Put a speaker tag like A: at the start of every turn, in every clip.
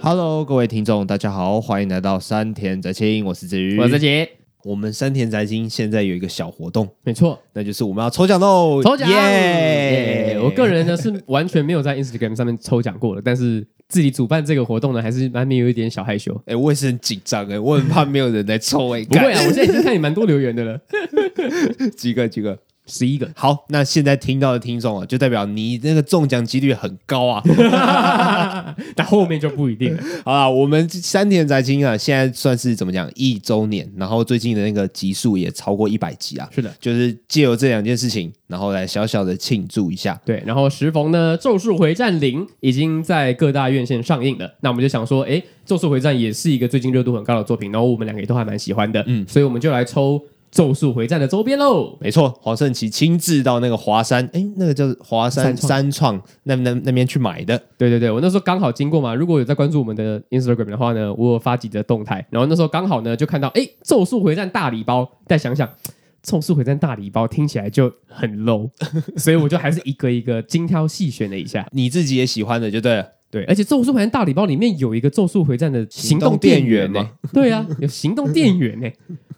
A: Hello，各位听众，大家好，欢迎来到山田宅青，我是子瑜，
B: 我自。己，
A: 我们山田宅青现在有一个小活动，
B: 没错，
A: 那就是我们要抽奖喽！
B: 抽奖。
A: 哦耶
B: 耶！我个人呢是完全没有在 Instagram 上面抽奖过的，但是自己主办这个活动呢，还是难免有一点小害羞。
A: 哎、我也是很紧张哎，我很怕没有人来抽哎、
B: 不会啊，
A: 干
B: 我现在已经看你蛮多留言 的了，
A: 几个几个。
B: 十一个。
A: 好，那现在听到的听众啊，就代表你那个中奖几率很高 啊！
B: 但后面就不一定了。
A: 好啦，我们山田宅青啊，现在算是怎么讲一周年，然后最近的那个集数也超过一百集啊，
B: 是的，
A: 就是借由这两件事情，然后来小小的庆祝一下。
B: 对，然后时逢呢，《咒术回战零》已经在各大院线上映了，那我们就想说，诶，《咒术回战》也是一个最近热度很高的作品，然后我们两个也都还蛮喜欢的，嗯，所以我们就来抽《咒术回战》的周边喽。
A: 没错，黄圣琪亲自到那个华山，哎，那个叫华山
B: 三
A: 三
B: 创
A: 创那那那边去买的。
B: 对对对，我那时候刚好经过嘛，如果有在关注我们的 Instagram 的话呢，我有发几则动态，然后那时候刚好呢就看到，诶，《咒术回战》大礼包，再想想。咒术回战大礼包听起来就很 low，所以我就还是一个一个精挑细选了一下。
A: 你自己也喜欢的就对了，
B: 对，而且《咒术回战大礼包》里面有一个《咒术回战》的行动电源呢、
A: 行
B: 对啊，有行动电源 呢、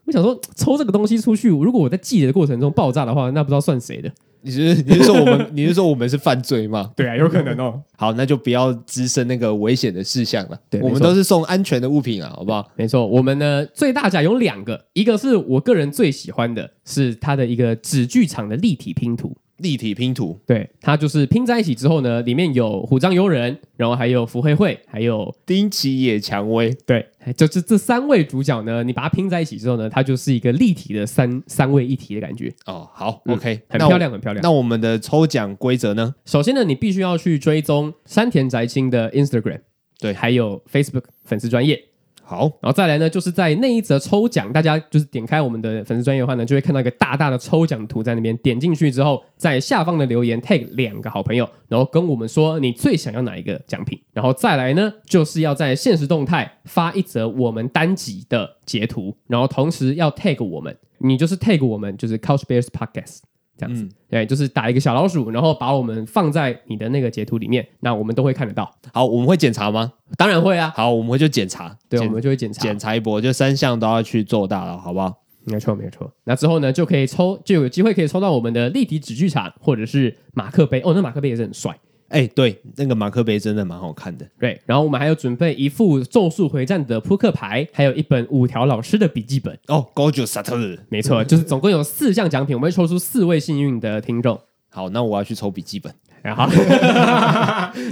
B: 我想说，抽这个东西出去，如果我在寄的过程中爆炸的话，那不知道算谁的。
A: 你是你是说我 们你是说我们是犯罪吗？
B: 对啊，有可能哦。
A: 好，那就不要滋生那个危险的事项了。
B: 对
A: 我们
B: 没错
A: 都是送安全的物品啊，好不好？
B: 没错，我们呢最大奖有两个，一个是我个人最喜欢的，是它的一个纸剧场的立体拼图。
A: 立体拼图，
B: 对，它就是拼在一起之后呢，里面有虎杖悠仁，然后还有福黑惠，还有
A: 丁崎野蔷薇，
B: 对，就是这三位主角呢，你把它拼在一起之后呢，它就是一个立体的三三位一体的感觉。
A: 哦，好、
B: 嗯
A: o k
B: 很漂。亮，很漂亮。
A: 那我们的抽奖规则呢？
B: 首先呢，你必须要去追踪山田宅青的 Instagram，
A: 对
B: 还有 Facebook 粉丝专业。
A: 好，
B: 然后再来呢，就是在那一则抽奖，大家就是点开我们的粉丝专业的话呢，就会看到一个大大的抽奖图在那边。点进去之后，在下方的留言 tag 两个好朋友，然后跟我们说你最想要哪一个奖品。然后再来呢，就是要在现实动态发一则我们单集的截图，然后同时要 tag 我们，你就是 tag 我们，就是 Couch Bears Podcast 这样子。
A: 嗯，
B: 对，就是打一个小老鼠，然后把我们放在你的那个截图里面，那我们都会看得到。
A: 好，我们会检查吗？
B: 当然会啊，
A: 好，我们会就检查，
B: 对，我
A: 检
B: 们就会检查。
A: 检查一波，就三项都要去做大了，好不好？
B: 没错，没错。那之后呢，就可以抽，就有机会可以抽到我们的立体纸剧场或者是马克杯。哦，那马克杯也是很帅。
A: 哎、对，那个马克杯真的蛮好看的。
B: 对，然后我们还有准备一副《咒术回战》的扑克牌，还有一本五条老师的笔记本。
A: 哦 g o j u s a t u
B: 没错，就是总共有四项奖品，我们会抽出四位幸运的听众。
A: 好，那我要去抽笔记本，
B: 哎好，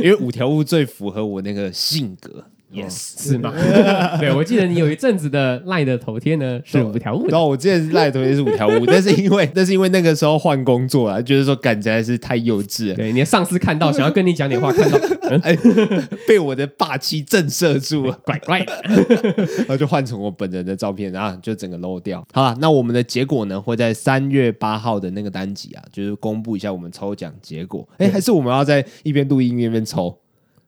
A: 因为五条悟最符合我那个性格。Yes，
B: 是吗？ 对，我记得你有一阵子的赖的头贴呢是五条悟的
A: 然后我之前赖头也是五条悟，但是因为但是因为那个时候换工作啊，就是说感觉还是太幼稚了，哎
B: 对，你的上司看到想要跟你讲点话，看到嗯，
A: 被我的霸气震慑住了，
B: 怪怪的。
A: 然后就换成我本人的照片，然后就整个 low 掉。好了，那我们的结果呢会在三月八号的那个单集啊，就是公布一下我们抽奖结果。哎，还是我们要在一边录音一边抽？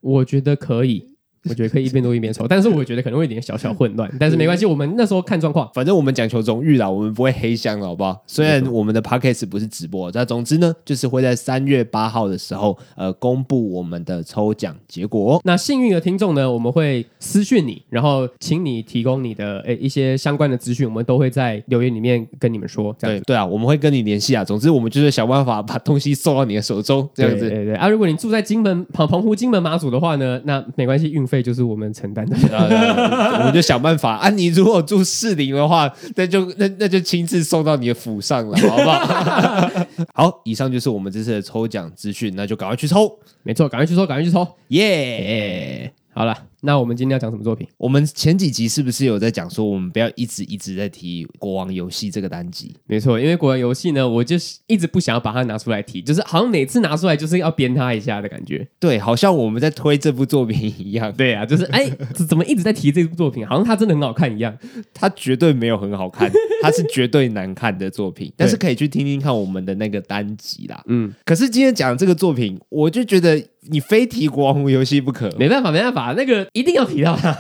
B: 我觉得可以， 我觉得可以一边录一边抽，但是我觉得可能会有点小小混乱，但是没关系，我们那时候看状况。
A: 反正我们讲求荣誉啦，我们不会黑箱了，好不好？虽然我们的 podcast 不是直播，但总之呢，就是会在三月八号的时候，呃，公布我们的抽奖结果。
B: 那幸运的听众呢，我们会私讯你，然后请你提供你的诶一些相关的资讯，我们都会在留言里面跟你们说。这样
A: 对
B: 子，
A: 对啊，我们会跟你联系啊。总之，我们就是想办法把东西送到你的手中，这样
B: 对
A: 子。
B: 对对啊！如果你住在金门澎澎湖金门马祖的话呢，那没关系，运费就是我们承担的。
A: 啊对啊 我们就想办法啊！你如果住士林的话，那就那那就亲自送到你的府上了，好不好？ 好，以上就是我们这次的抽奖资讯，那就赶快去抽，
B: 没错，赶快去抽，赶快去抽！
A: 耶、
B: 好了，那我们今天要讲什么作品？
A: 我们前几集是不是有在讲说，我们不要一直一直在提国王游戏这个单集？
B: 没错，因为国玩游戏呢，我就是一直不想要把它拿出来提，就是好像每次拿出来就是要鞭它一下的感觉。
A: 对，好像我们在推这部作品一样，
B: 对 啊，就是哎，这怎么一直在提这部作品，好像它真的很好看一样。
A: 它绝对没有很好 看，它是绝对难看的作品。但是可以去听听看我们的那个单集啦。
B: 嗯，
A: 可是今天讲的这个作品，我就觉得你非提国王游戏不 可，
B: 没办法，没办法，那个一定要提到它。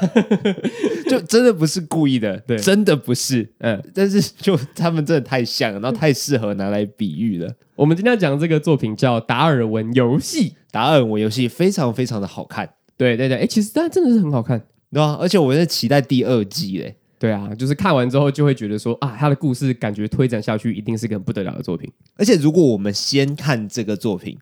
A: 就真的不是故意的，
B: 对
A: 真的不是。
B: 嗯，
A: 但是就他们真的太像了，然后太适合拿来比喻了。
B: 我们今天要讲这个作品叫《达尔文游戏》。
A: 达尔文游戏非常非常的好看，
B: 对对对，哎、其实但真的是很好看。
A: 对吧、而且我在期待第二季嘞。
B: 对啊，就是看完之后就会觉得说啊，他的故事感觉推展下去一定是个很不得了的作品。
A: 而且如果我们先看这个作品，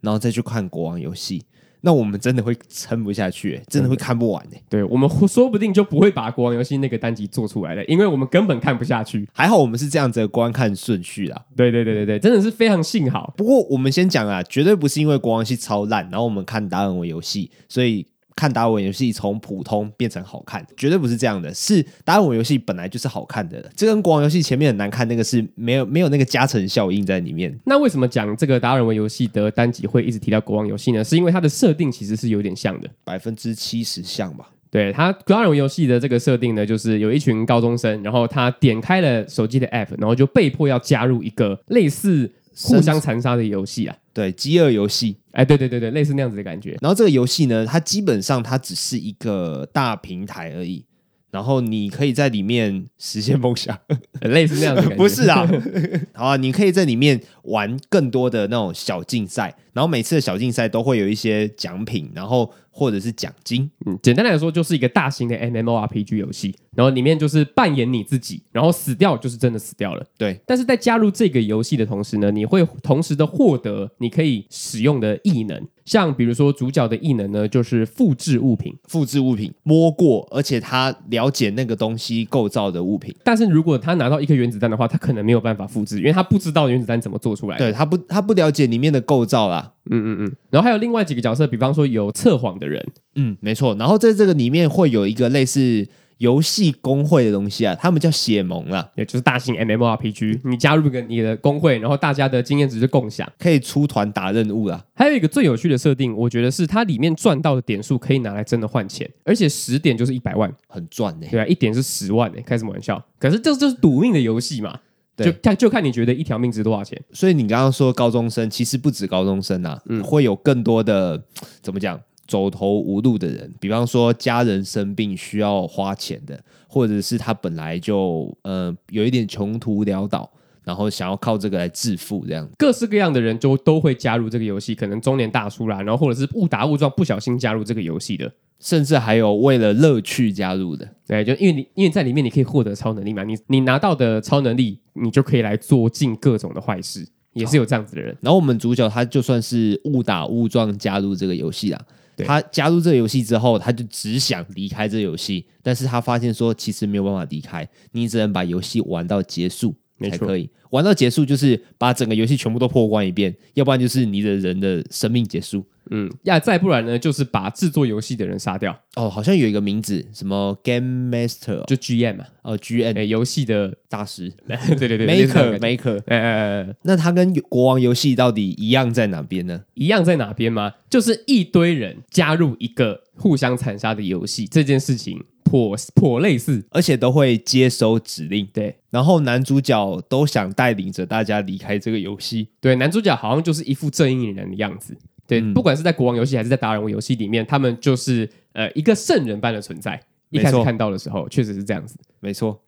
A: 然后再去看国王游戏，那我们真的会撑不下去、真的会看不完哎、
B: 对我们或说不定就不会把国王游戏那个单集做出来了，因为我们根本看不下去。
A: 还好我们是这样子的观看顺序啦。
B: 对对对对对，真的是非常幸好。
A: 不过我们先讲啊，绝对不是因为国王游戏超烂，然后我们看达尔文游戏，所以看达尔文游戏从普通变成好看，绝对不是这样的。是达尔文游戏本来就是好看的了，这跟国王游戏前面很难看那个是没有没有那个加成效应在里面。
B: 那为什么讲这个达尔文游戏的单集会一直提到国王游戏呢？是因为它的设定其实是有点像的。
A: 百分之七十像吧，
B: 对它达尔文游戏的这个设定呢，就是有一群高中生，然后他点开了手机的 app，然后就被迫要加入一个类似互相残杀的游戏啊。
A: 对，饥饿游戏。
B: 哎，对对对对，类似那样子的感觉。
A: 然后这个游戏呢，它基本上它只是一个大平台而已，然后你可以在里面实现梦想，
B: 呃 类似那样的感 觉。
A: 不是啊， 好啊，你可以在里面玩更多的那种小竞赛，然后每次的小竞赛都会有一些奖品，然后或者是奖金，
B: 嗯，简单来说就是一个大型的 MMORPG 游戏，然后里面就是扮演你自己，然后死掉就是真的死掉了。
A: 对，
B: 但是在加入这个游戏的同时呢，你会同时的获得你可以使用的异能，像比如说主角的异能呢，就是复制物品。
A: 复制物品摸过，而且他了解那个东西构造的物品，
B: 但是如果他拿到一颗原子弹的话，他可能没有办法复制，因为他不知道原子弹怎么做出来的。
A: 对他不他不了解里面的构造啦，
B: 嗯嗯嗯。然后还有另外几个角色，比方说有测谎的人，
A: 嗯，没错。然后在这个里面会有一个类似游戏工会的东西啊，他们叫血盟啦，
B: 也就是大型 MMORPG，你加入一个你的工会，然后大家的经验值是共享。
A: 可以出团打任务啊啦。
B: 还有一个最有趣的设定，我觉得是它里面赚到的点数可以拿来真的换钱，而且十点就是一百万，
A: 很赚呢、
B: 对啊，一点是十万呢、开什么玩笑？可是这就是赌命的游戏嘛，
A: 对
B: 就看就看你觉得一条命值多少钱。
A: 所以你刚刚说高中生，其实不止高中生啊，会有更多的怎么讲走投无路的人，比方说家人生病需要花钱的，或者是他本来就呃有一点穷途潦倒，然后想要靠这个来致富这样。
B: 各式各样的人就都会加入这个游戏，可能中年大叔啦，然后或者是误打误撞不小心加入这个游戏的。
A: 甚至还有为了乐趣加入的，
B: 对，就因为你因为在里面你可以获得超能力嘛，你你拿到的超能力，你就可以来做尽各种的坏事，也是有这样子的人。
A: 然后我们主角他就算是误打误撞加入这个游戏啦，
B: 对
A: 他加入这个游戏之后，他就只想离开这个游戏，但是他发现说其实没有办法离开，你只能把游戏玩到结束
B: 没
A: 才
B: 错
A: 可以。玩到结束就是把整个游戏全部都破关一遍，要不然就是你的人的生命结束。
B: 嗯，呀，再不然呢，就是把制作游戏的人杀掉，
A: 哦，好像有一个名字，什么 Game Master 哦
B: 就 GM 嘛，
A: 哦，GM
B: 哎，游戏的，
A: 大师
B: 对对对类似这样
A: Maker
B: 的感觉
A: Maker。
B: 哎哎哎哎，哎
A: 那他跟国王游戏到底一样在哪边呢？
B: 一样在哪边吗？就是一堆人加入一个互相残杀的游戏，这件事情颇颇类似。
A: 而且都会接收指令。
B: 对
A: 然后男主角都想带领着大家离开这个游戏。
B: 对，男主角好像就是一副正义人的样子。对，
A: 嗯
B: 不管是在国王游戏还是在达尔文游戏里面，他们就是呃一个圣人般的存在。一
A: 没
B: 开始
A: 错
B: 看到的时候，确实是这样子。
A: 没错，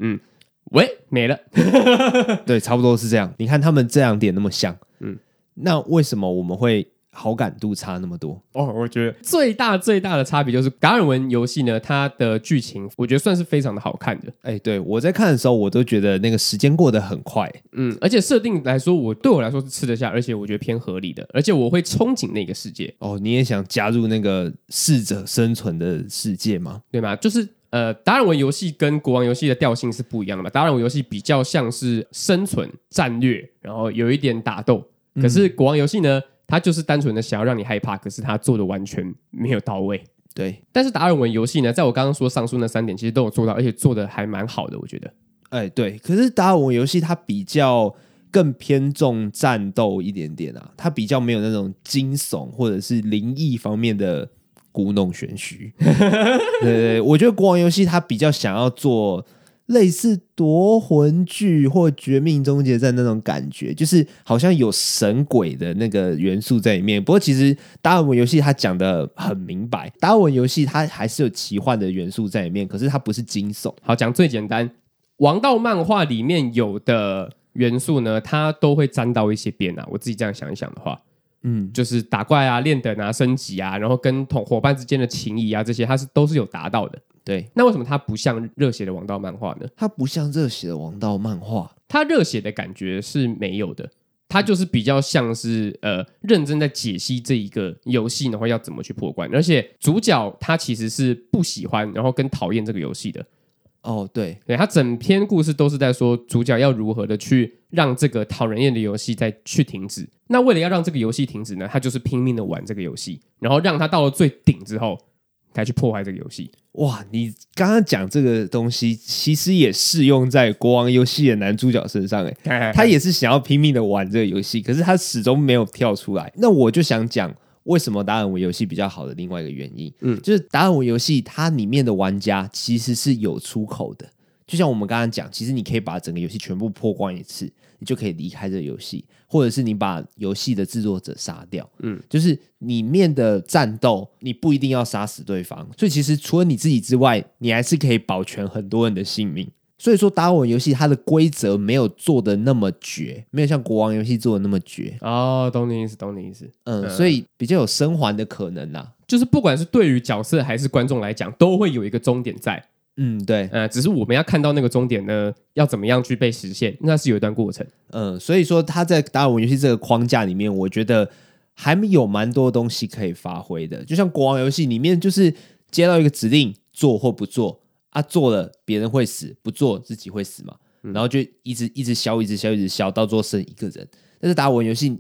B: 喂，没了。
A: 对，差不多是这样。你看他们这两点那么像，
B: 嗯
A: 嗯，那为什么我们会好感度差那么多？
B: 哦，我觉得最大最大的差别就是达尔文游戏呢，它的剧情我觉得算是非常的好看的。
A: 哎，对我在看的时候，我都觉得那个时间过得很快。
B: 嗯，而且设定来说，我对我来说是吃得下，而且我觉得偏合理的，而且我会憧憬那个世界。
A: 哦，你也想加入那个适者生存的世界吗？
B: 对吗？就是呃，达尔文游戏跟国王游戏的调性是不一样的嘛。达尔文游戏比较像是生存战略，然后有一点打斗。可是国王游戏呢，它就是单纯的想要让你害怕，可是它做的完全没有到位。
A: 对，
B: 但是达尔文游戏呢，在我刚刚说上述那三点，其实都有做到，而且做的还蛮好的，我觉得。
A: 哎，对。可是达尔文游戏它比较更偏重战斗一点点啊，它比较没有那种惊悚或者是灵异方面的故弄玄虚。对对，我觉得国王游戏它比较想要做类似夺魂剧或绝命终结战那种感觉，就是好像有神鬼的那个元素在里面。不过其实达尔文游戏它讲的很明白，达尔文游戏它还是有奇幻的元素在里面，可是它不是惊悚。
B: 好，讲最简单，王道漫画里面有的元素呢，它都会沾到一些边啊。我自己这样想一想的话，
A: 嗯，
B: 就是打怪啊、练等啊、升级啊，然后跟同伙伴之间的情谊啊，这些它是都是有达到的。
A: 对，
B: 那为什么它不像热血的王道漫画呢？
A: 它不像热血的王道漫画，
B: 它热血的感觉是没有的，它就是比较像是呃认真在解析这一个游戏，然后要怎么去破关。而且主角他其实是不喜欢，然后跟讨厌这个游戏的。
A: 哦，对，
B: 对，他整篇故事都是在说主角要如何的去让这个讨人厌的游戏再去停止。那为了要让这个游戏停止呢，他就是拼命的玩这个游戏，然后让他到了最顶之后，才去破坏这个游戏。
A: 哇，你刚刚讲这个东西，其实也适用在国王游戏的男主角身上，哎，他也是想要拼命的玩这个游戏，可是他始终没有跳出来。那我就想讲。为什么达尔文游戏比较好的另外一个原因，嗯
B: 嗯，
A: 就是达尔文游戏它里面的玩家其实是有出口的，就像我们刚刚讲，其实你可以把整个游戏全部破关一次，你就可以离开这个游戏，或者是你把游戏的制作者杀掉。嗯
B: 嗯，
A: 就是里面的战斗，你不一定要杀死对方，所以其实除了你自己之外，你还是可以保全很多人的性命。所以说，达尔文游戏它的规则没有做的那么绝，没有像国王游戏做的那么绝，
B: 哦，懂你意思，懂你意思。
A: 嗯，
B: 嗯
A: 所以比较有生还的可能啊啦。
B: 就是不管是对于角色还是观众来讲，都会有一个终点在。
A: 嗯，对，
B: 呃，只是我们要看到那个终点呢，要怎么样去被实现，那是有一段过程。
A: 嗯，所以说他在达尔文游戏这个框架里面，我觉得还有蛮多东西可以发挥的。就像国王游戏里面，就是接到一个指令，做或不做啊，做了别人会死，不做自己会死嘛，然后就一直一直消，一直消，一直消，到最后剩一个人。但是达尔文游戏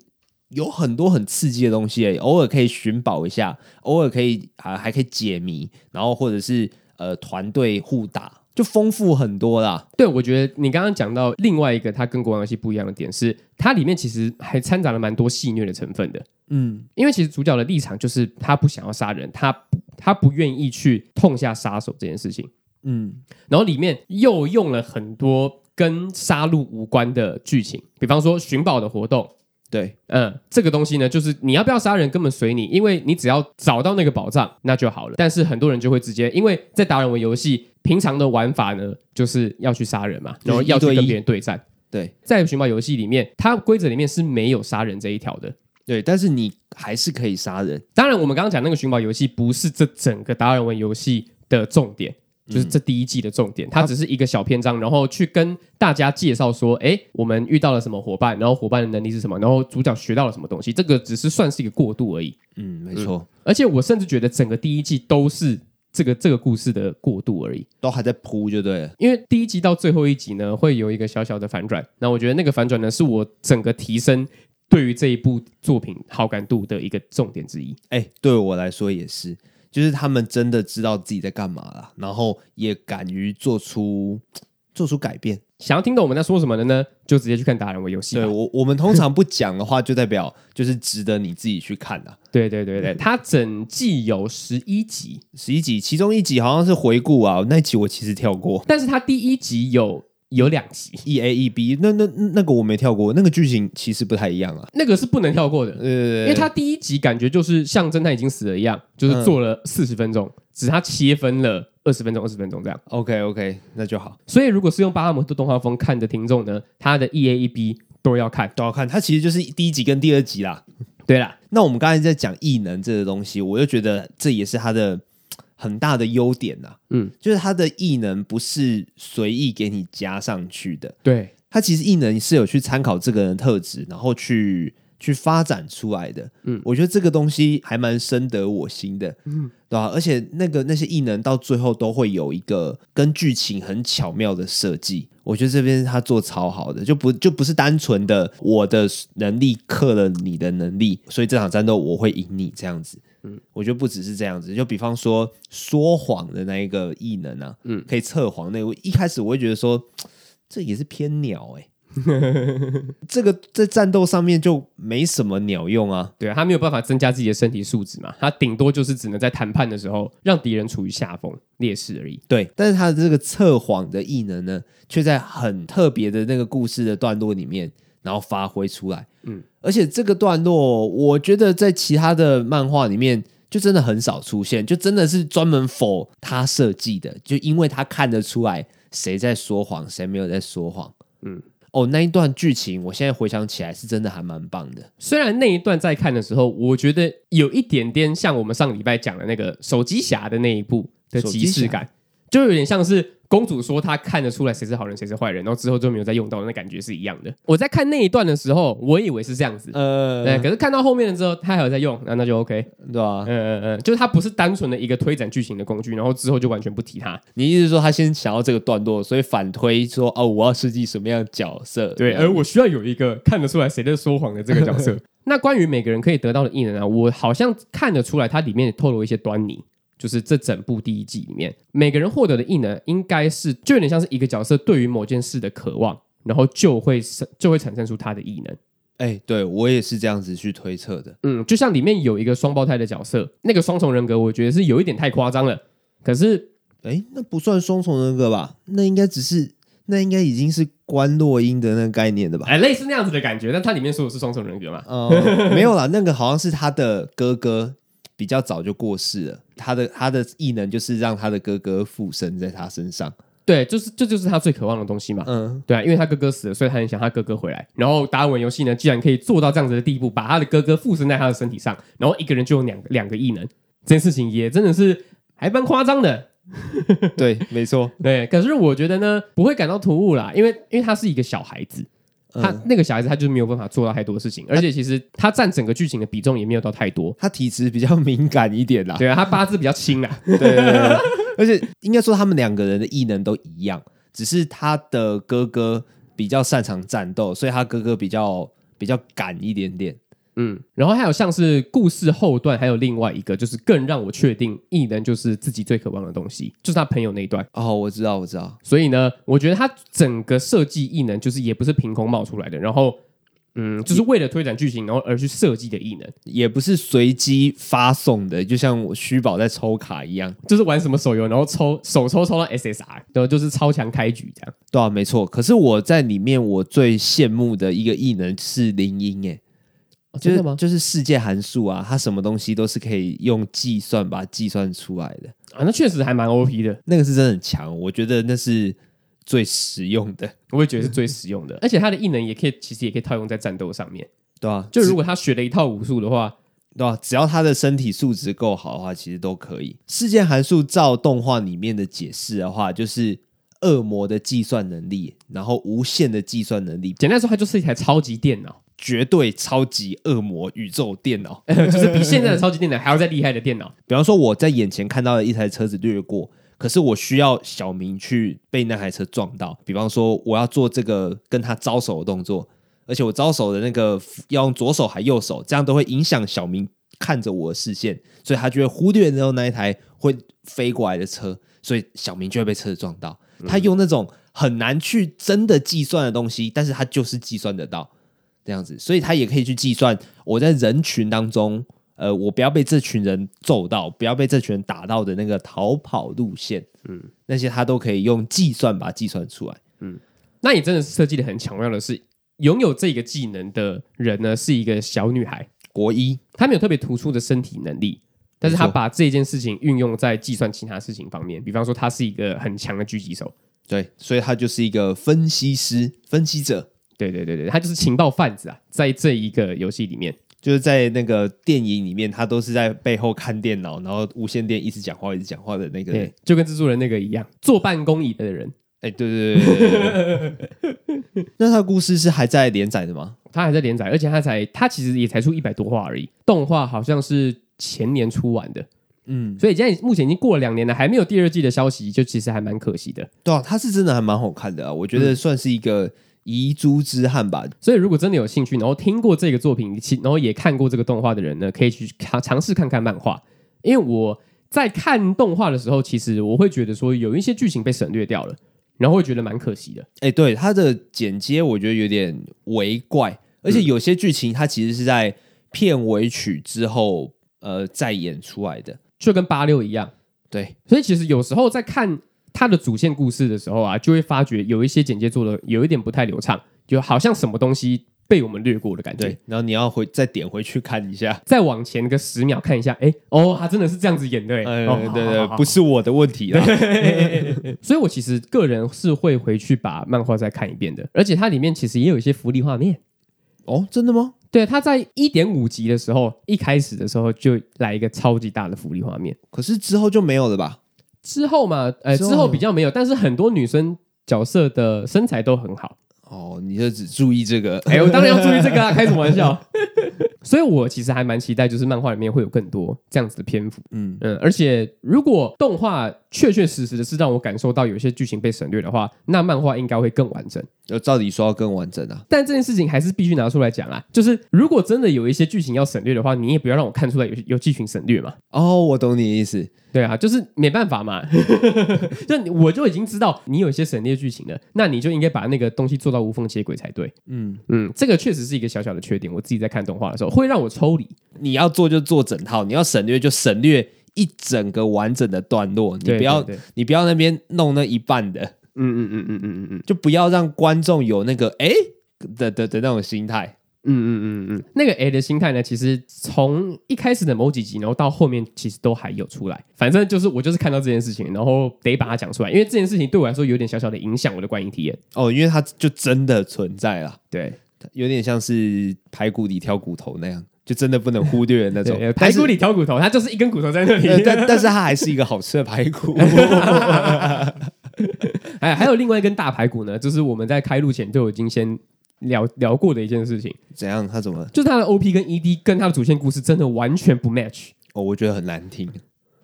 A: 有很多很刺激的东西耶，偶尔可以寻宝一下，偶尔可以啊还可以解谜，然后或者是呃团队互打，就丰富很多啦。
B: 对，我觉得你刚刚讲到另外一个它跟国王游戏不一样的点是，它里面其实还掺杂了蛮多戏虐的成分的。
A: 嗯，
B: 因为其实主角的立场就是他不想要杀人，他不他不愿意去痛下杀手这件事情。
A: 嗯，
B: 然后里面又用了很多跟杀戮无关的剧情，比方说寻宝的活动。
A: 对。
B: 嗯，这个东西呢，就是你要不要杀人根本随你，因为你只要找到那个宝藏那就好了。但是很多人就会直接，因为在达人文游戏平常的玩法呢，就是要去杀人嘛，然后要去跟别人对战。
A: 对
B: 在寻宝游戏里面，它规则里面是没有杀人这一条的。
A: 对，但是你还是可以杀人。
B: 当然，我们刚刚讲那个寻宝游戏不是这整个达尔文游戏的重点，就是这第一季的重点，它只是一个小篇章，然后去跟大家介绍说，哎，我们遇到了什么伙伴，然后伙伴的能力是什么，然后主角学到了什么东西，这个只是算是一个过渡而已。
A: 嗯，没错，
B: 而且我甚至觉得整个第一季都是这个这个故事的过渡而已，
A: 都还在铺就对了。
B: 因为第一集到最后一集呢，会有一个小小的反转，那我觉得那个反转呢，是我整个提升对于这一部作品好感度的一个重点之一。
A: 哎，对我来说也是，就是他们真的知道自己在干嘛了，然后也敢于做出做出改变。
B: 想要听懂我们在说什么的呢，就直接去看达人为游戏吧。
A: 对我，我们通常不讲的话，就代表就是值得你自己去看的。
B: 对对对对，它整季有十一集，
A: 十一集，其中一集好像是回顾啊，那一集我其实跳过。
B: 但是它第一集有有两集，
A: E A E B，那那那个我没跳过，那个剧情其实不太一样啊。
B: 那个是不能跳过的，
A: 呃，
B: 因为它第一集感觉就是像侦探已经死了一样，就是做了四十分钟，只是它切分了二十分钟、二十分钟这样。
A: OK OK，那就好，
B: 所以如果是用巴哈姆特动画风看的听众呢，它的 E A E B 都要看。
A: 都要看。它其实就是第一集跟第二集啦。
B: 对啦，
A: 那我们刚才在讲异能这个东西，我就觉得这也是它的嘖很大的优点呐、
B: 嗯，
A: 就是它的异能不是随意给你加上去的，
B: 对，
A: 它其实异能是有去参考这个人的特质，然后去去发展出来的。
B: 嗯，
A: 我觉得这个东西还蛮深得我心的，嗯，对吧、而且那个那些异能到最后都会有一个跟剧情很巧妙的设计。我觉得这边他做超好的，就不就不是单纯的我的能力克了你的能力，所以这场战斗我会赢你这样子。嗯，我觉得不只是这样子，就比方说说谎的那一个异能啊，嗯，可以测谎那个，我一开始我会觉得说，这也是偏鸟哎、 这个在战斗上面就没什么鸟用啊。
B: 对，他没有办法增加自己的身体素质嘛，他顶多就是只能在谈判的时候让敌人处于下风劣势而已。
A: 对，但是他的这个测谎的异能呢，却在很特别的那个故事的段落里面，然后发挥出来。嗯
B: 嗯，
A: 而且这个段落，我觉得在其他的漫画里面就真的很少出现，就真的是专门否他设计的，就因为他看得出来谁在说谎，谁没有在说谎。嗯
B: 嗯，
A: 哦，那一段剧情，我现在回想起来是真的还蛮棒的。
B: 虽然那一段在看的时候，我觉得有一点点像我们上礼拜讲的那个手机侠的那一部的
A: 手
B: 即
A: 机侠
B: 视感，就有点像是公主说她看得出来谁是好人谁是坏人，然后之后就没有再用到，那感觉是一样的。我在看那一段的时候，我以为是这样子，
A: 呃，
B: 对，可是看到后面了之后，他还有在用，那那就 OK，
A: 对啊吧？
B: 嗯嗯嗯，就是它不是单纯的一个推展剧情的工具，然后之后就完全不提它。
A: 你意思是说他先想要这个段落，所以反推说哦，我要设计什么样的角色？
B: 对，
A: 这样
B: 而我需要有一个看得出来谁在说谎的这个角色。那关于每个人可以得到的异能啊，我好像看得出来，它里面也透露一些端倪。就是这整部第一季里面，每个人获得的异能应该是就有点像是一个角色对于某件事的渴望，然后就会生就会产生出他的异能。
A: 哎、对我也是这样子去推测的。
B: 嗯，就像里面有一个双胞胎的角色，那个双重人格，我觉得是有一点太夸张了。可是
A: 哎、那不算双重人格吧？那应该只是，那应该已经是关洛英的那个概念的吧？
B: 哎，类似那样子的感觉，但它里面说的是双重人格嘛？
A: 哦、没有啦，那个好像是他的哥哥比较早就过世了，他的他的异能就是让他的哥哥附身在他身上。
B: 对，就是这就是他最渴望的东西嘛。
A: 嗯，
B: 对啊，因为他哥哥死了，所以他很想他哥哥回来。然后达尔文游戏呢，既然可以做到这样子的地步，把他的哥哥附身在他的身体上，然后一个人就有两两个异能，这件事情也真的是还蛮夸张的。
A: 对，没错。
B: 对，可是我觉得呢，不会感到突兀啦，因为因为他是一个小孩子，他、
A: 嗯，
B: 那个小孩子他就是没有办法做到太多事情，而且其实他占整个剧情的比重也没有到太多。
A: 他体质比较敏感一点啦。
B: 对啊，他八字比较轻啊啦。
A: 对对对对， 而且应该说他们两个人的异能都一样，只是他的哥哥比较擅长战斗，所以他哥哥比较比较敢一点点。
B: 嗯，然后还有像是故事后段，还有另外一个就是更让我确定异能就是自己最渴望的东西，就是他朋友那一段。
A: 哦，我知道，我知道。
B: 所以呢，我觉得他整个设计异能就是也不是凭空冒出来的，然后嗯，就是为了推展剧情，然后而去设计的异能，
A: 也不是随机发送的，就像我虚宝在抽卡一样。
B: 就是玩什么手游，然后抽手抽抽到 SSR，然后就是超强开局这样。
A: 对啊，没错。可是我在里面，我最羡慕的一个异能是铃音，诶，
B: 哦
A: 就
B: 真的
A: 是
B: 吗？
A: 就是世界函数啊，它什么东西都是可以用计算把它计算出来的，
B: 啊，那确实还蛮 OP 的，
A: 那个是真的很强，我觉得那是最实用的，
B: 我也觉得是最实用的。而且他的异能也可以，其实也可以套用在战斗上面。
A: 对啊，
B: 就
A: 只
B: 如果他学了一套武术的话，
A: 对啊，只要他的身体素质够好的话，其实都可以。事件函数照动画里面的解释的话，就是恶魔的计算能力，然后无限的计算能力，
B: 简单来说，他就是一台超级电脑。
A: 绝对超级恶魔宇宙电脑。
B: 就是比现在的超级电脑还要再厉害的电脑。
A: 比方说，我在眼前看到的一台车子掠过，可是我需要小明去被那台车撞到。比方说，我要做这个跟他招手的动作，而且我招手的那个要用左手还右手，这样都会影响小明看着我的视线，所以他就会忽略掉那一台会飞过来的车，所以小明就会被车子撞到。他用那种很难去真的计算的东西，但是他就是计算得到。这样子，所以他也可以去计算我在人群当中，呃，我不要被这群人揍到，不要被这群人打到的那个逃跑路线，嗯，那些他都可以用计算把它计算出来。
B: 那也真的是设计的很巧妙的是，拥有这个技能的人呢是一个小女孩，
A: 国一，
B: 她没有特别突出的身体能力，但是她
A: 没错
B: 把这件事情运用在计算其他事情方面，比方说她是一个很强的狙击手，
A: 对，所以他就是一个分析师、分析者，
B: 对对对对，她就是情报贩子啊，在这一个游戏里面。
A: 就是在那个电影里面，他都是在背后看电脑，然后无线电一直讲话、一直讲话的那个人
B: 对。，就跟蜘蛛人那个一样，坐办公椅的人，
A: 哎、对对对对对对对 那他的故事是还在连载的吗？
B: 他还在连载，而且他才他其实也才出一百多话而已，动画好像是前年出完的，
A: 嗯，
B: 所以现在目前已经过了两年了，还没有第二季的消息，就其实还蛮可惜的。
A: 对啊，他是真的还蛮好看的啊，我觉得算是一个遗珠之憾吧，
B: 所以如果真的有兴趣，然后听过这个作品，其然后也看过这个动画的人呢，可以去尝尝试看看漫画，因为我在看动画的时候，其实我会觉得说有一些剧情被省略掉了，然后会觉得蛮可惜的。
A: 哎、对它的剪接，我觉得有点为怪，而
B: 嗯
A: 且有些剧情它其实是在片尾曲之后，呃，再演出来的。
B: 就跟八六一样，
A: 对，
B: 所以其实有时候在看它的主线故事的时候啊，就会发觉有一些简介做的有一点不太流畅，就好像什么东西被我们略过的感觉
A: 对。，然后你要回再点回去看一下。
B: 再往前个十秒看一下，哎，哦，他真的是这样子演的，哎、
A: 呃，
B: 哦，
A: 对
B: 好
A: 对
B: 好，好
A: 不是我的问题啦。
B: 所以我其实个人是会回去把漫画再看一遍的，而且它里面其实也有一些福利画面。
A: 哦，真的吗？
B: 对，它在一点五集的时候，一开始的时候就来一个超级大的福利画面，
A: 可是之后就没有了吧？
B: 之后嘛，呃，
A: 之后
B: 之后比较没有，但是很多女生角色的身材都 很好。
A: 哦，你就只注意这个。
B: 哎，我当然要注意这个啊，开什么玩笑？ 所以我其实还蛮期待，就是漫画里面会有更多这样子的篇幅。
A: 嗯，
B: 嗯，而且如果动画确确实实的是让我感受到有些剧情被省略的话，那漫画应该会更完整。
A: 就照理说要更完整啊。
B: 但这件事情还是必须拿出来讲啊，就是如果真的有一些剧情要省略的话，你也不要让我看出来有有剧情省略嘛。
A: 哦，我懂你的意思。
B: 对啊，就是没办法嘛， 就你我就已经知道你有一些省略剧情了，那你就应该把那个东西做到无缝接轨才对。
A: 嗯，
B: 嗯，这个确实是一个小小的缺点，我自己在看动画的时候会让我抽离。
A: 你要做就做整套，你要省略就省略一整个完整的段落，你
B: 对
A: 不要
B: 对对
A: 你不要那边弄那一半的，
B: 嗯嗯嗯嗯嗯嗯嗯
A: 就不要让观众有那个哎的的的那种心态。
B: 嗯嗯嗯嗯，那个 A 的心态呢，其实从一开始的某几集，然后到后面其实都还有出来。反正就是我就是看到这件事情，然后得把它讲出来，因为这件事情对我来说有点小小的影响我的观影体验。
A: 哦，因为它就真的存在了，
B: 对，
A: 有点像是排骨里挑骨头那样，就真的不能忽略的那 种
B: 对，。呃排
A: 但是
B: 骨里挑骨头，它就是一根骨头在那里。
A: 呃但但是它还是一个好吃的排 骨。
B: 哎，还有另外一根大排骨呢，就是我们在开录前就已经先聊聊过的一件事情，
A: 怎样？它怎么了？
B: 就是它的 OP 跟 ED 跟它的主线故事真的完全不 match。
A: 哦，我觉得很难听，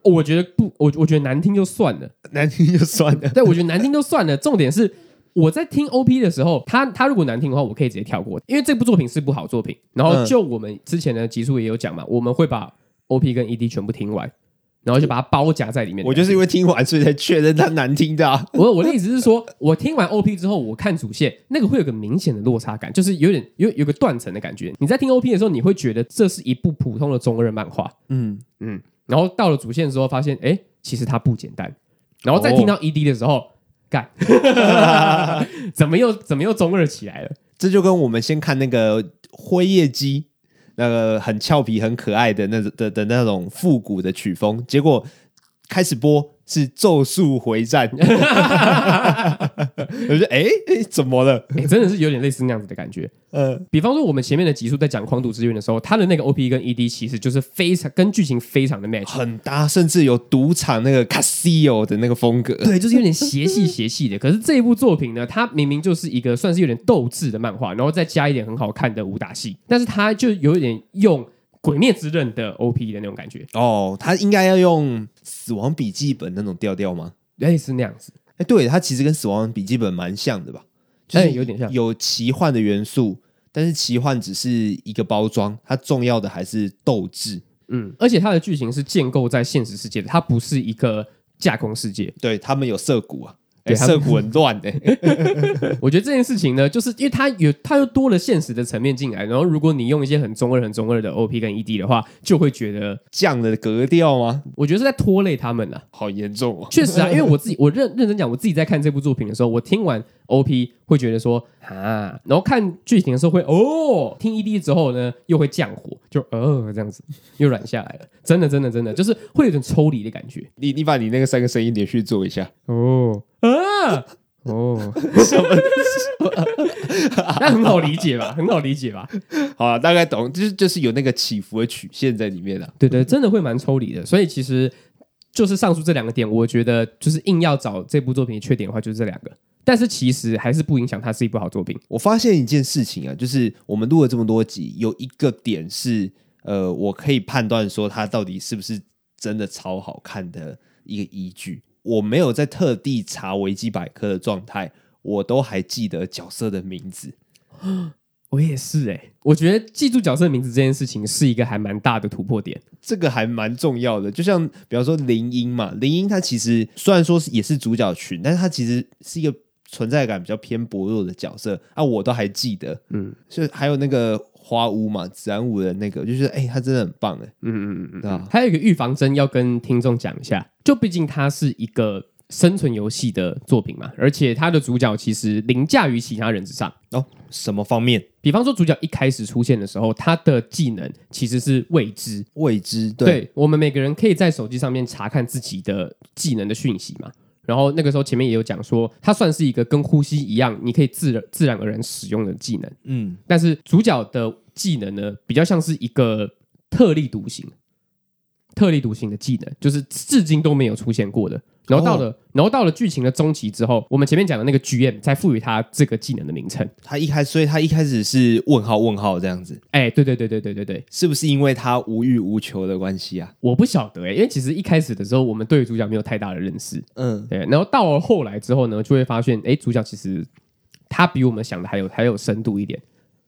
B: 我觉得不，我我觉得难听就算了，
A: 难听就算了。
B: 对我觉得难听就算了，重点是。我在听 OP 的时候，它它如果难听的话，我可以直接跳过，因为这部作品是部好作品。然后
A: 嗯
B: 就我们之前的集数也有讲嘛，我们会把 OP 跟 ED 全部听完，然后就把它包夹在里 面。
A: 我就是因为听完，所以才确认它难听的、啊。
B: 我我的意思是说，我听完 OP 之后，我看主线，那个会有个明显的落差感，就是有点有有个断层的感觉。你在听 OP 的时候，你会觉得这是一部普通的中二漫画，
A: 嗯，
B: 嗯，然后到了主线之后，发现哎，其实它不简单。然后再听到 ED 的时候， 干，怎么又怎么又中二起来了？
A: 这就跟我们先看那个灰夜姬，那个很俏皮、很可爱的那的的那种复古的曲风，结果开始播是《咒术回战》， 我就哎哎怎么了？
B: 哎，真的是有点类似那样子的感觉。
A: 呃，
B: 比方说，我们前面的集数在讲《狂赌之渊》的时候，它的那个 OP 跟 ED 其实就是非常跟剧情非常的 match，
A: 很搭，甚至有赌场那个 Casio 的那个风格。
B: 对，就是有点邪气邪气的。可是这一部作品呢，它明明就是一个算是有点斗志的漫画，然后再加一点很好看的武打戏，但是它就有一点用《鬼灭之刃》的 OP 的那种感觉，
A: 哦，他应该要用《死亡笔记本》那种调调吗？
B: 类似那样子。
A: 哎，对，它其实跟《死亡笔记本》蛮像的吧？就
B: 哎
A: 是
B: 有点像
A: 有奇幻的元素，但是奇幻只是一个包装，它重要的还是斗志。
B: 嗯，而且它的剧情是建构在现实世界的，它不是一个架空世界。
A: 对他们有涩谷啊，哎，
B: 对他们
A: 涩谷很乱哎、
B: 我觉得这件事情呢，就是因为它有它又多了现实的层面进来，然后如果你用一些很中二、很中二的 OP 跟 ED 的话，就会觉得，
A: 降了格调吗？
B: 我觉得是在拖累他们了、
A: 好严重哦！
B: 确实啊，因为我自己我认认真讲，我自己在看这部作品的时候，我听完 OP 会觉得说啊，然后看剧情的时候会哦，听 ED 之后呢又会降火，就呃这样子又软下来了。真的真的真的，就是会有点抽离的感觉
A: 你你把你那个三个声音连续做一下，
B: 哦啊哦，
A: 什么？
B: 那很好理解吧，很好理解吧。
A: 好啊，大概懂，就是就是有那个起伏的曲线在里面啊。
B: 对对，真的会蛮抽离的。所以其实就是上述这两个点，我觉得就是硬要找这部作品的缺点的话，就是这两个。但是其实还是不影响它是一部好作品。
A: 我发现一件事情啊，就是我们录了这么多集，有一个点是，呃，我可以判断说它到底是不是真的超好看的一个依据。我没有在特地查维基百科的状态，我都还记得角色的名字。
B: 我也是哎、我觉得记住角色名字这件事情是一个还蛮大的突破点。
A: 这个还蛮重要的，就像比方说林英嘛，林英她其实虽然说是也是主角群，但是她其实是一个存在感比较偏薄弱的角色啊，我都还记得，
B: 嗯
A: 就还有那个花屋嘛，子安五人那个，就是哎、她真的很棒哎、
B: 嗯嗯嗯
A: 对啊
B: 还有一个预防针要跟听众讲一下，就毕竟它是一个生存游戏的作品嘛，而且它的主角其实凌驾于其他人之上。
A: 哦，什么方面？
B: 比方说，主角一开始出现的时候，他的技能其实是未知。
C: 未知
B: 对我们每个人可以在手机上面查看自己的技能的讯息嘛。然后那个时候前面也有讲说，它算是一个跟呼吸一样，你可以自然自然而然使用的技能。
A: 嗯，
B: 但是主角的技能呢，比较像是一个特立独行、特立独行的技能，就是至今都没有出现过的。然后到了，然后到了剧情的中期之后，我们前面讲的那个 GM 才赋予他这个技能的名称。
A: 他一开，所以他一开始是问号问号这样子，
B: 哎，对对对对对对对，
A: 是不是因为他无欲无求的关系啊？
B: 我不晓得哎、因为其实一开始的时候，我们对于主角没有太大的认识。
A: 嗯，
B: 对，然后到了后来之后呢，就会发现，哎，主角其实他比我们想的还有还有深度一点。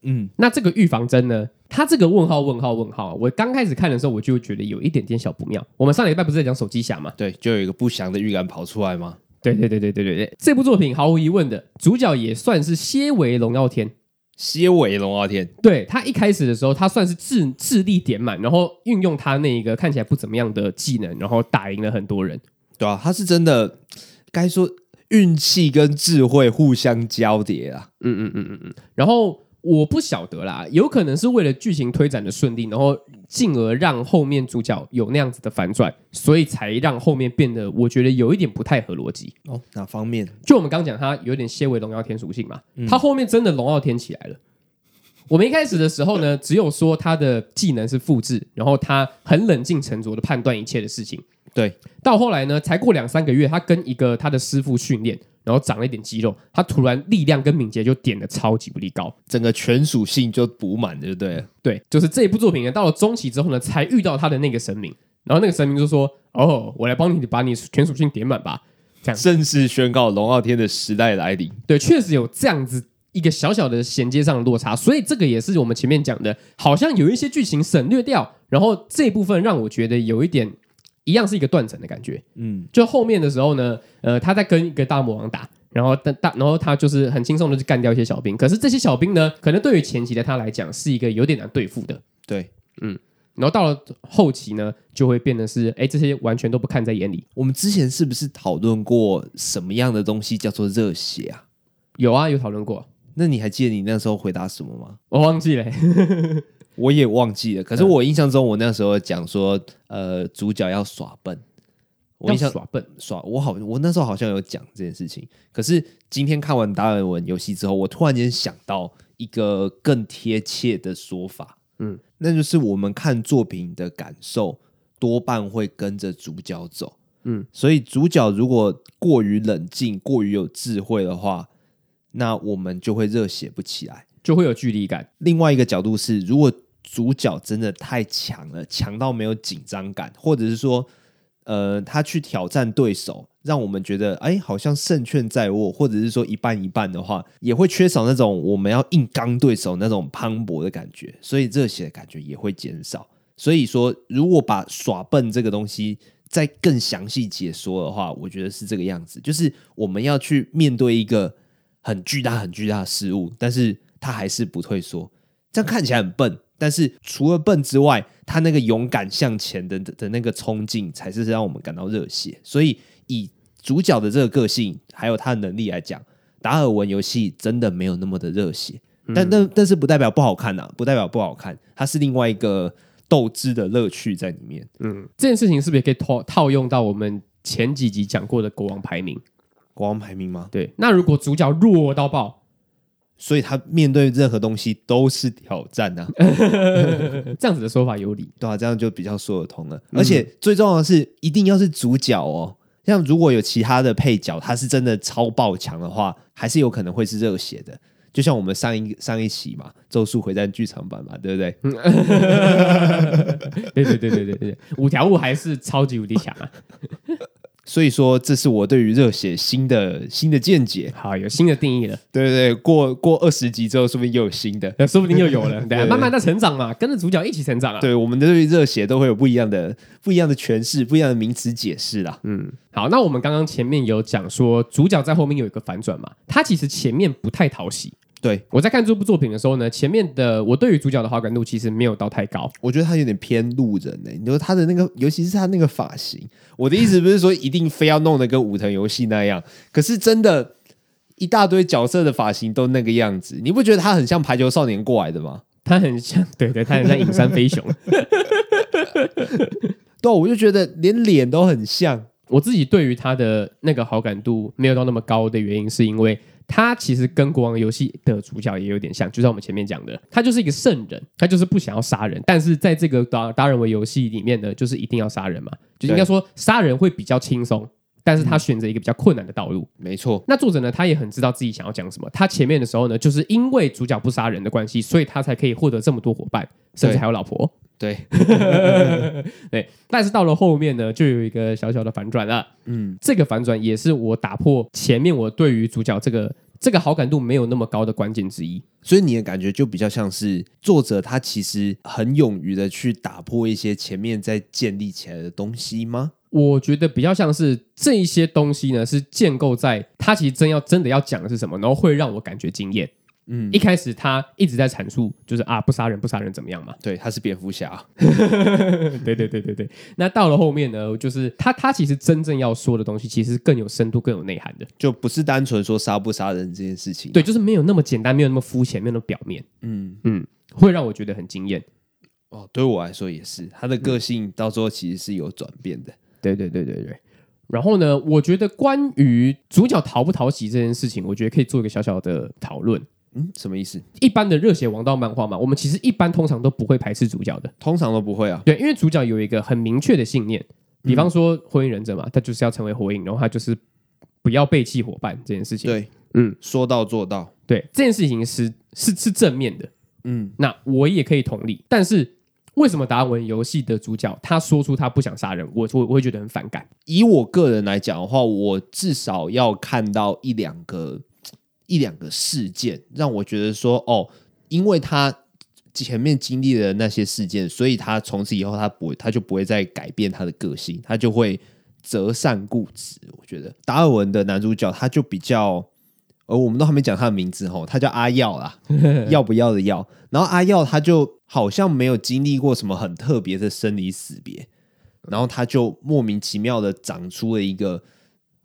A: 嗯，
B: 那这个预防针呢？它这个问号问号问号啊，我刚开始看的时候我就觉得有一点点小不妙。我们上礼拜不是在讲手机侠嘛？
A: 对，就有一个不祥的预感跑出来嘛。
B: 对对对对对对对，这部作品毫无疑问的主角也算是些为龙傲天。
A: 蝎尾龙傲天，
B: 对他一开始的时候，他算是智智力点满，然后运用他那一个看起来不怎么样的技能，然后打赢了很多人。
A: 对啊，他是真的，该说运气跟智慧互相交叠啊。
B: 嗯嗯嗯嗯嗯。然后我不晓得啦，有可能是为了剧情推展的顺利，然后进而让后面主角有那样子的反转，所以才让后面变得我觉得有一点不太合逻辑。
A: 哦，哪方面？
B: 就我们刚讲，它有点些微龙傲天属性嘛，它后面真的龙傲天起来了。我们一开始的时候呢，只有说他的技能是复制，然后他很冷静沉着的判断一切的事情。
A: 对，
B: 到后来呢，才过两三个月，他跟一个他的师傅训练，然后长了一点肌肉，他突然力量跟敏捷就点的超级无敌高。
A: 整个全属性就补满了，就对了。
B: 对，就是这一部作品呢，到了中期之后呢，才遇到他的那个神明，然后那个神明就说：“哦，我来帮你把你全属性点满吧。
A: 正式宣告龙傲天的时代来临。”
B: 对，确实有这样子一个小小的衔接上的落差，所以这个也是我们前面讲的，好像有一些剧情省略掉，然后这部分让我觉得有一点一样是一个断层的感觉。
A: 嗯，
B: 就后面的时候呢，呃，他在跟一个大魔王打，然后大大，然后他就是很轻松的就干掉一些小兵。可是这些小兵呢，可能对于前期的他来讲是一个有点难对付的。
A: 对，
B: 然后到了后期呢，就会变得是，哎，这些完全都不看在眼里。
A: 我们之前是不是讨论过什么样的东西叫做热血啊？
B: 有啊，有讨论过，
A: 那你还记得你那时候回答什么吗？嗯
B: 我忘记了。
A: 我也忘记了，可是我印象中我那时候讲说，呃，主角要耍笨。我印
B: 要
A: 象
B: 耍笨，
A: 耍，我好，我那时候好像有讲这件事情。可是今天看完达尔文游戏之后，我突然间想到一个更贴切的说法，
B: 嗯，
A: 那就是我们看作品的感受多半会跟着主角走，
B: 嗯，
A: 所以主角如果过于冷静、过于有智慧的话，那我们就会热血不起来。
B: 就会有距离感。
A: 另外一个角度是，如果主角真的太强了，强到没有紧张感，或者是说，呃，他去挑战对手，让我们觉得哎，好像胜券在握，或者是说一半一半的话，也会缺少那种我们要硬刚对手那种磅礴的感觉，所以热血的感觉也会减少。所以说，如果把耍笨这个东西再更详细解说的话，我觉得是这个样子，就是我们要去面对一个很巨大、很巨大的失误，但是他还是不退缩。这样看起来很笨，但是除了笨之外，他那个勇敢向前的的的那个冲劲，才是让我们感到热血。所以以主角的这个个性，还有他的能力来讲，达尔文游戏真的没有那么的热血，但但但是不代表不好看呐、啊不代表不好看，它是另外一个斗志的乐趣在里面。
B: 嗯，这件事情是不是也可以套套用到我们前几集讲过的国王排名？
A: 国王排名吗？
B: 对，那如果主角弱到爆，
A: 所以他面对任何东西都是挑战呐、
B: 这样子的说法有理。
A: 对啊，这样就比较说得通了。而且最重要的是，一定要是主角哦。像如果有其他的配角，他是真的超爆强的话，还是有可能会是热血的。就像我们上一上一期嘛，《咒术回战》剧场版嘛，对不对？
B: 对对对对对对，五条悟还是超级无敌强啊！
A: 所以说，这是我对于热血新的新的见解。
B: 好，有新的定义了，
A: 对不对？过过二十集之后，说不定又有新的。
B: 呃说不定又有了。对啊，
A: 对
B: 慢慢的成长嘛，跟着主角一起成长啊。
A: 对，我们对于热血都会有不一样的、不一样的诠释、不一样的名词解释啦。
B: 嗯，好，那我们刚刚前面有讲说，主角在后面有一个反转嘛，他其实前面不太讨喜，
A: 对，
B: 我在看这部作品的时候呢，前面的我对于主角的好感度其实没有到太高，
A: 我觉得他有点偏路人呢、你说他的那个，尤其是他那个发型，我的意思不是说一定非要弄得跟武藤游戏那样，可是真的，一大堆角色的发型都那个样子，你不觉得他很像排球少年过来的吗？
B: 他很像， 对对，他很像影山飞雄。
A: 对啊、我就觉得连脸都很像。
B: 我自己对于他的那个好感度没有到那么高的原因，是因为他其实跟《国王游戏》的主角也有点像，就像我们前面讲的，他就是一个圣人，他就是不想要杀人，但是在这个达达人为游戏里面呢，就是一定要杀人嘛，就是应该说杀人会比较轻松，但是他选择一个比较困难的道路。
A: 没错，
B: 那作者呢，他也很知道自己想要讲什么，他前面的时候呢，就是因为主角不杀人的关系，所以他才可以获得这么多伙伴，甚至
A: 对
B: 还有老婆。
A: 对，
B: 对，但是到了后面呢，就有一个小小的反转了。嗯，这个反转也是我打破前面我对于主角这个这个好感度没有那么高的关键之一。
A: 所以你的感觉就比较像是作者他其实很勇于的去打破一些前面在建立起来的东西吗？
B: 我觉得比较像是这一些东西呢，是建构在他其实真要真的要讲的是什么，然后会让我感觉惊艳。嗯，一开始他一直在阐述，就是啊不杀人不杀人怎么样嘛，
A: 对，他是蝙蝠侠，
B: 对对对对对。那到了后面呢，就是他他其实真正要说的东西，其实是更有深度、更有内涵的。
A: 就不是单纯说杀不杀人这件事情。
B: 对，就是没有那么简单，没有那么肤浅，没有那么表面。
A: 嗯，
B: 嗯，会让我觉得很惊艳。
A: 哦，对我来说也是，他的个性到最后其实是有转变的。
B: 对对对对对。然后呢，我觉得关于主角讨不讨喜这件事情，我觉得可以做一个小小的讨论。
A: 嗯，什么意思？
B: 一般的热血王道漫画嘛，我们其实一般通常都不会排斥主角的，
A: 通常都不会啊。
B: 对，因为主角有一个很明确的信念，
A: 嗯
B: 比方说《火影忍者》嘛，他就是要成为火影，然后他就是不要背弃伙伴这件事情。
A: 对，
B: 嗯，
A: 说到做到。
B: 对，这件事情是是是正面的，
A: 嗯，
B: 那我也可以同理。但是为什么达文游戏的主角他说出他不想杀人，我我我会觉得很反感。
A: 以我个人来讲的话，我至少要看到一两个一两个事件，让我觉得说，哦，因为他前面经历了那些事件，所以他从此以后他不他就不会再改变他的个性，他就会择善固执。我觉得达尔文的男主角他就比较。呃，我们都还没讲他的名字吼，他叫阿耀啦，要不要的要。然后阿耀他就好像没有经历过什么很特别的生离死别，然后他就莫名其妙的长出了一个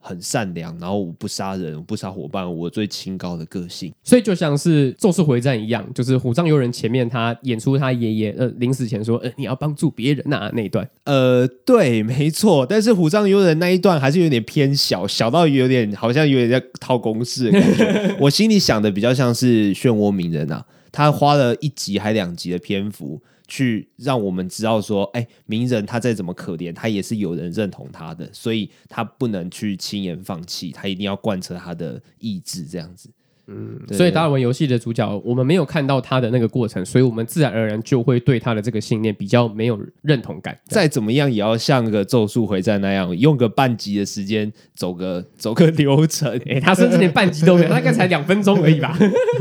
A: 很善良，然后我不杀人，我不杀伙伴，我最清高的个性。
B: 所以就像是《咒术回战》一样，就是虎杖悠仁前面他演出他爷爷呃临死前说呃你要帮助别人呐、啊那一段，
A: 呃，对， 没错。但是虎杖悠仁那一段还是有点偏小，小到有点好像有点在套公式的感 觉。我心里想的比较像是漩涡鸣人啊，他花了一集还两集的篇幅去让我们知道说，哎，鸣人他再怎么可怜，他也是有人认同他的，所以他不能去轻言放弃，他一定要贯彻他的意志，这样子。对
B: 嗯所以达尔文游戏的主角我们没有看到他的那个过程，所以我们自然而然就会对他的这个信念比较没有认同感。
A: 再怎么样也要像个《咒术回战》那样，用个半集的时间走个走个流程。
B: 哎、他甚至连半集都没有，他大概才两分钟而已吧。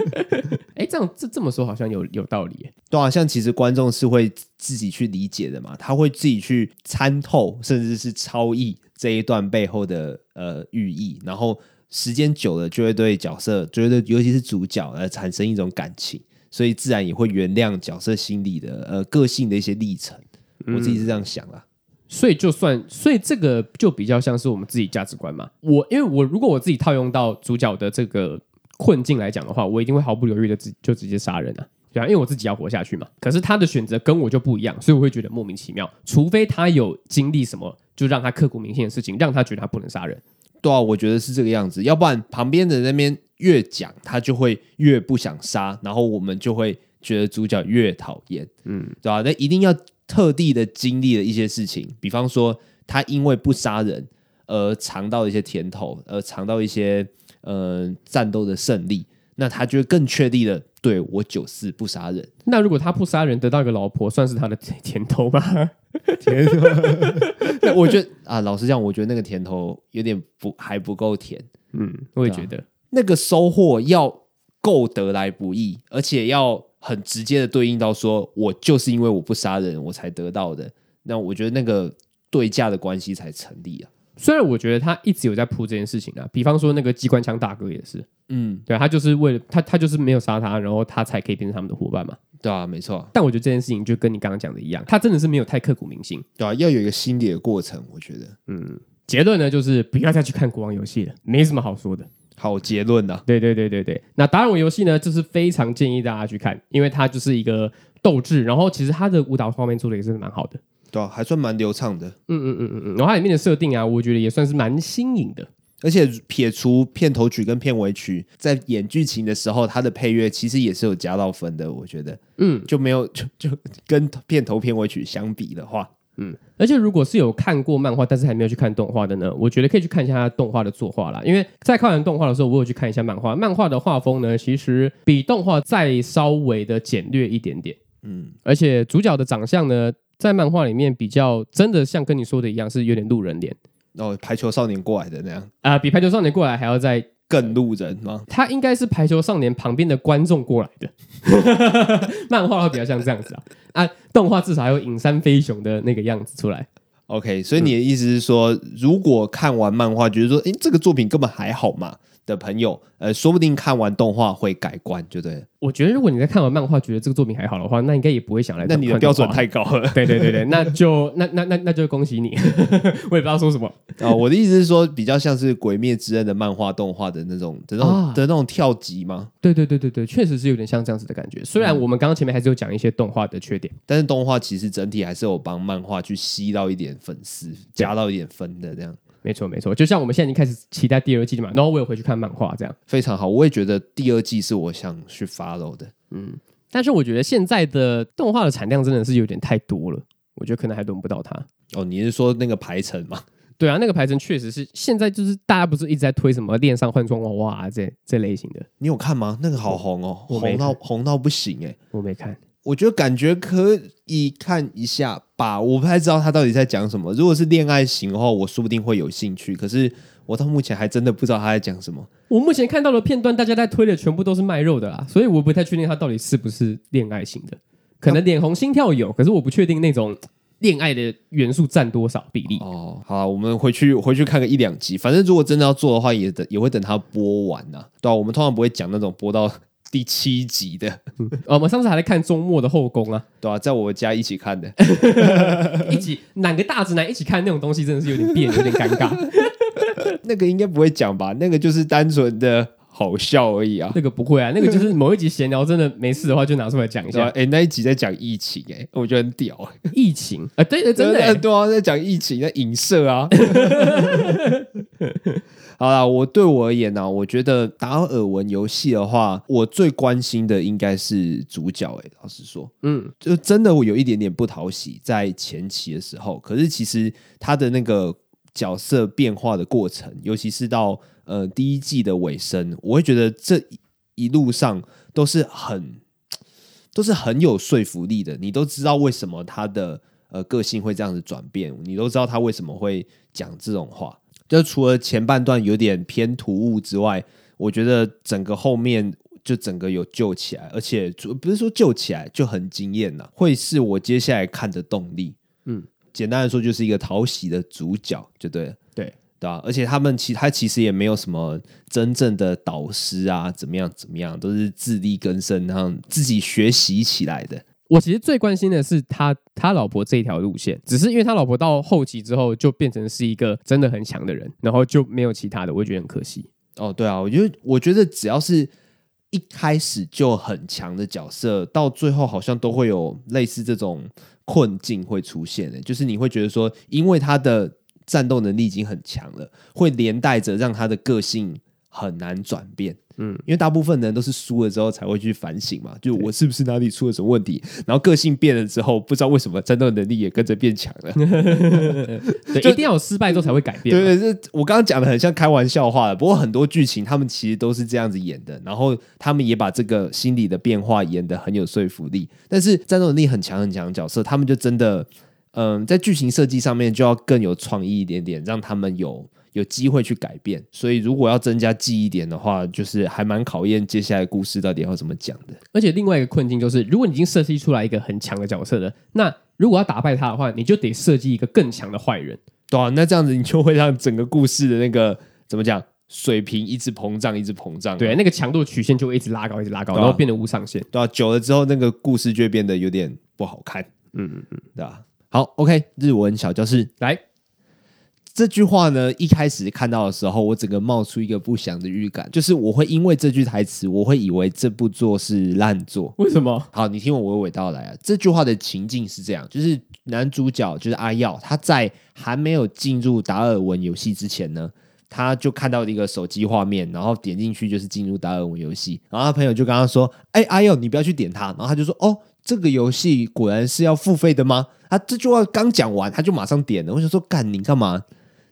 B: 哎、这样这这么说好像有有道理耶。
A: 对啊，像其实观众是会自己去理解的嘛，他会自己去参透，甚至是超译这一段背后的呃寓意，然后时间久了就会对角色，就会对尤其是主角呃产生一种感情，所以自然也会原谅角色心理的呃个性的一些历程。我自己是这样想啦，
B: 所以就算，所以这个就比较像是我们自己价值观嘛。我因为我如果我自己套用到主角的这个困境来讲的话，我一定会毫不犹豫的直就直接杀人啊，对啊，因为我自己要活下去嘛。可是他的选择跟我就不一样，所以我会觉得莫名其妙。除非他有经历什么，就让他刻骨铭心的事情，让他觉得他不能杀人。
A: 对啊，我觉得是这个样子，要不然旁边的那边越讲，他就会越不想杀，然后我们就会觉得主角越讨厌，嗯，对吧、那一定要特地的经历了一些事情，比方说他因为不杀人而尝到一些甜头，而尝到一些呃战斗的胜利，那他就会更确立了，对我九四不杀人，
B: 那如果他不杀人，得到一个老婆，算是他的甜头吧？
A: 那我觉得啊，老实讲，我觉得那个甜头有点不还不够甜，
B: 嗯，我也觉得。
A: 那个收获要够得来不易，而且要很直接的对应到说，我就是因为我不杀人，我才得到的。那我觉得那个对价的关系才成立啊。
B: 虽然我觉得他一直有在铺这件事情啊，比方说那个机关枪大哥也是，
A: 嗯，
B: 对他就是为了他他就是没有杀他，然后他才可以变成他们的伙伴嘛。
A: 对啊，没错，
B: 但我觉得这件事情就跟你刚刚讲的一样，他真的是没有太刻骨铭心。
A: 对啊，要有一个心理的过程，我觉得。
B: 结论呢，就是不要再去看国王游戏了，没什么好说的。
A: 好结论啊呐、
B: 对对对对对，那达尔文游戏呢，就是非常建议大家去看，因为它就是一个斗志，然后其实它的舞蹈画面做的也是蛮好的。
A: 对啊，还算蛮流畅的。
B: 嗯嗯嗯嗯嗯，然后它里面的设定啊，我觉得也算是蛮新颖的。
A: 而且撇除片头曲跟片尾曲，在演剧情的时候，它的配乐其实也是有加到分的。我觉得
B: 嗯
A: 就没有就就跟片头片尾曲相比的话，
B: 嗯，而且如果是有看过漫画，但是还没有去看动画的呢，我觉得可以去看一下它动画的作画啦。因为在看完动画的时候，我有去看一下漫画，漫画的画风呢，其实比动画再稍微的简略一点点。
A: 嗯，
B: 而且主角的长相呢，在漫画里面比较真的像跟你说的一样，是有点路人脸
A: 哦，排球少年过来的那样
B: 啊、比排球少年过来还要再
A: 更路人吗？
B: 他应该是排球少年旁边的观众过来的， 漫画会比较像这样子啊啊，动画至少还有隐山飞雄的那个样子出来。
A: OK，所以
B: 嗯
A: 你的意思是说，如果看完漫画觉得说，诶，这个作品根本还好嘛的朋友，呃，说不定看完动画会改观，就对了。
B: 我觉得如果你在看完漫画觉得这个作品还好的话，那应该也不会想来。
A: 那你的标准……太高 了
B: 对对对对，那就那那那那就恭 喜你，我也不知道说什么。
A: 啊、我的意思是说，比较像是《鬼灭之刃》的漫画动画的那种的那种、
B: 啊
A: 的那种跳级嘛，
B: 对对对对对，确实是有点像这样子的感觉。嗯虽然我们刚刚前面还是有讲一些动画的缺点，
A: 但是动画其实整体还是有帮漫画去吸到一点粉丝，加到一点分的这样。
B: 没错没错，就像我们现在已经开始期待第二季了嘛，然后我有回去看漫画这样。
A: 非常好，我也觉得第二季是我想去 follow 的。
B: 但是我觉得现在的动画的产量真的是有点太多了，我觉得可能还轮不到它。
A: 哦，你是说那个排程嘛？
B: 对啊，那个排程确实是现在就是大家不是一直在推什么恋上换装娃娃、啊、这这类型的，
A: 你有看吗？那个好红哦，
B: 我没
A: 红到红到不行哎、
B: 我没看。
A: 我觉得感觉可以看一下吧，我不太知道他到底在讲什么。如果是恋爱型的话，我说不定会有兴趣。可是我到目前还真的不知道他在讲什么。
B: 我目前看到的片段，大家在推的全部都是卖肉的啦，所以我不太确定它到底是不是恋爱型的，可能脸红心跳有，可是我不确定那种恋爱的元素占多少比例。
A: 哦，好啊，我们回去回去看个一两集。反正如果真的要做的话，也等也会等它播完呐、对啊，我们通常不会讲那种播到第七集的，
B: 呃我们上次还在看周末的后宫 啊，
A: 对啊，在我家一起看的。
B: 一起哪个大直男一起看那种东西，真的是有点别扭，有点尴 尬。
A: 那个应该不会讲吧？那个就是单纯的好笑而已啊。
B: 那个不会啊，那个就是某一集闲聊，真的没事的话就拿出来讲一
A: 对啊，
B: 下。
A: 哎、那一集在讲疫情、诶，哎，我觉得很屌、诶
B: 疫情啊、呃 对对，真的、
A: 呃
B: 欸，
A: 对啊，在讲疫情，在影射啊。 好啦，我对我而言呢、我觉得打耳闻游戏的话，我最关心的应该是主角、诶，哎，老实说，
B: 嗯。
A: 就真的我有一点点不讨喜，在前期的时候，可是其实他的那个角色变化的过程，尤其是到呃第一季的尾声，我会觉得这一一路上都是很都是很有说服力的，你都知道为什么他的呃个性会这样子转变，你都知道他为什么会讲这种话。就除了前半段有点偏突兀之外，我觉得整个后面就整个有救起来，而且主不是说救起来就很惊艳呐，会是我接下来看的动力。
B: 嗯，
A: 简单来说就是一个讨喜的主角就对了。
B: 对。
A: 对吧、而且他们其他其实也没有什么真正的导师啊，怎么样怎么样，都是自力更生，然后自己学习起来的。
B: 我其实最关心的是他他老婆这一条路线，只是因为他老婆到后期之后就变成是一个真的很强的人，然后就没有其他的，我觉得很可惜。
A: 哦，对啊，我觉得我觉得只要是一开始就很强的角色，到最后好像都会有类似这种困境会出现的，就是你会觉得说，因为他的战斗能力已经很强了，会连带着让他的个性很难转变。嗯
B: 嗯，
A: 因为大部分人都是输了之后才会去反省嘛，就我是不是哪里出了什么问题，然后个性变了之后，不知道为什么战斗能力也跟着变强了。
B: 对，
A: 就
B: 一定要有失败之后才会改变嘛。
A: 对对，这我刚刚讲的很像开玩笑话的，不过很多剧情他们其实都是这样子演的，然后他们也把这个心理的变化演得很有说服力。但是战斗能力很强很强的角色，他们就真的，嗯，在剧情设计上面就要更有创意一点点，让他们有有机会去改变。所以如果要增加记忆点的话，就是还蛮考验接下来故事到底要怎么讲的。
B: 而且另外一个困境就是，如果你已经设计出来一个很强的角色了，那如果要打败他的话，你就得设计一个更强的坏人。
A: 对啊，那这样子你就会让整个故事的那个怎么讲水平一直膨胀，一直膨胀。
B: 对，那个强度曲线就会一直拉高，一直拉高，
A: 对啊
B: 然后变得无上限。
A: 对啊，久了之后那个故事就会变得有点不好看，
B: 嗯，嗯
A: 对吧、好，OK，日文小教室
B: 来，
A: 这句话呢，一开始看到的时候，我整个冒出一个不祥的预感，就是我会因为这句台词，我会以为这部作是烂作。
B: 为什么？
A: 好，你听我娓娓道来啊。这句话的情境是这样，就是男主角就是阿耀，他在还没有进入达尔文游戏之前呢，他就看到了一个手机画面，然后点进去就是进入达尔文游戏，然后他朋友就跟他说：“哎，阿耀，你不要去点它。”然后他就说：“哦，这个游戏果然是要付费的吗？”他这句话刚讲完，他就马上点了。我想说，干你干嘛？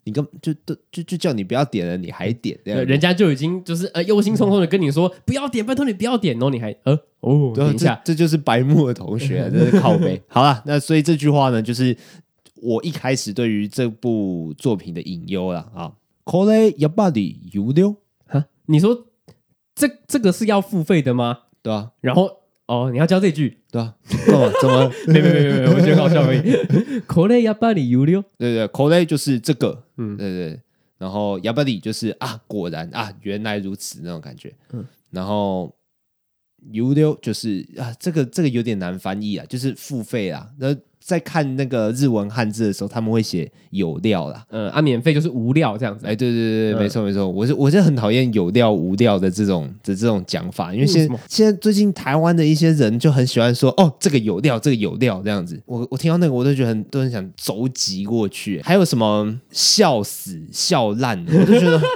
A: 你干就就就就叫你不要点了，你还点？这样
B: 呃人家就已经就是呃忧心忡忡的跟你说不要点，拜托你不要点，然后你还呃哦
A: 对啊
B: 等一下，
A: 这，这就是白目的同学啊，这是靠背。好了，那所以这句话呢，就是我一开始对于这部作品的隐忧了啊。可嘞，要把你有溜，
B: 哈，你说这这个是要付费的吗？
A: 对啊，
B: 然后哦，你要教这句，
A: 对啊，干嘛？怎么？
B: 没没没没没，我觉得好笑而已。可累要把你有溜，
A: 对对，口嘞就是这个，
B: 嗯
A: 嗯，对对。然后哑巴里就是啊，果然啊，原来如此那种感觉。
B: 嗯
A: 嗯，然后有溜就是啊，这个这个有点难翻译啊，就是付费啊。那在看那个日文汉字的时候，他们会写有料啦。
B: 嗯啊，免费就是无料这样子。
A: 哎，对对对
B: 嗯
A: 对，没错没错，我是我是很讨厌有料无料的这种的这种讲法，因为
B: 为
A: 现
B: 嗯什么
A: 现在最近台湾的一些人就很喜欢说哦，这个有料，这个有料这样子。我我听到那个我都觉得很都很想肘击过去。还有什么笑死笑烂的，我就觉得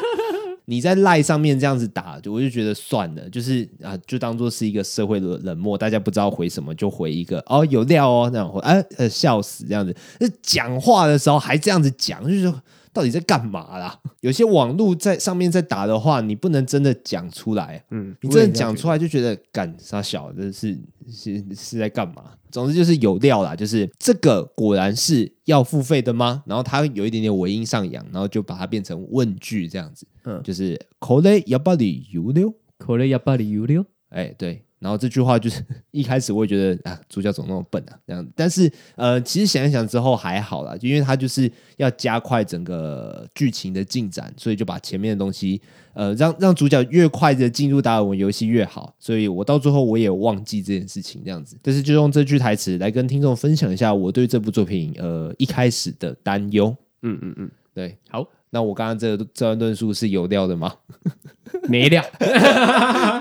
A: 你在赖上面这样子打，就我就觉得算了，就是啊，就当做是一个社会的冷漠，大家不知道回什么就回一个哦有料哦那样回，哎、呃笑死这样子。那讲话的时候还这样子讲，就是说到底在干嘛啦？ 有些网络在上面在打的话，你不能真的讲出来，
B: 嗯，
A: 你真的讲
B: 我也这样觉
A: 出来就觉得干傻小，这是是是在干嘛？总之就是有料啦，就是这个果然是要付费的吗？然后它有一点点尾音上扬，然后就把它变成问句这样子，
B: 嗯
A: 嗯，就是口嘞要不里有料，
B: 得，可累要把你有溜，
A: 哎对。然后这句话就是 一开始我也觉得啊，主角怎么那么笨啊这样，但是呃，其实想一想之后还好啦，就因为它就是要加快整个剧情的进展，所以就把前面的东西呃，让让主角越快的进入达尔文游戏越好，所以我到最后我也忘记这件事情这样子，但是就用这句台词来跟听众分享一下我对这部作品呃一开始的担忧。
B: 嗯嗯嗯，
A: 对，
B: 好，
A: 那我刚刚这这段论述是有料的吗？
B: 没料，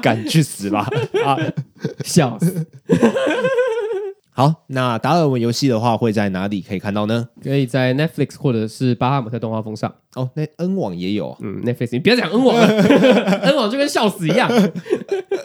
A: 敢去死吧！啊，
B: 笑死。
A: 好，那达尔文游戏的话会在哪里可以看到呢？
B: 可以在 Netflix 或者是巴哈姆特动画风上。
A: 哦，那 N 网也有啊，
B: 嗯，Netflix，你不要讲 N 网了，N 网就跟笑死一样，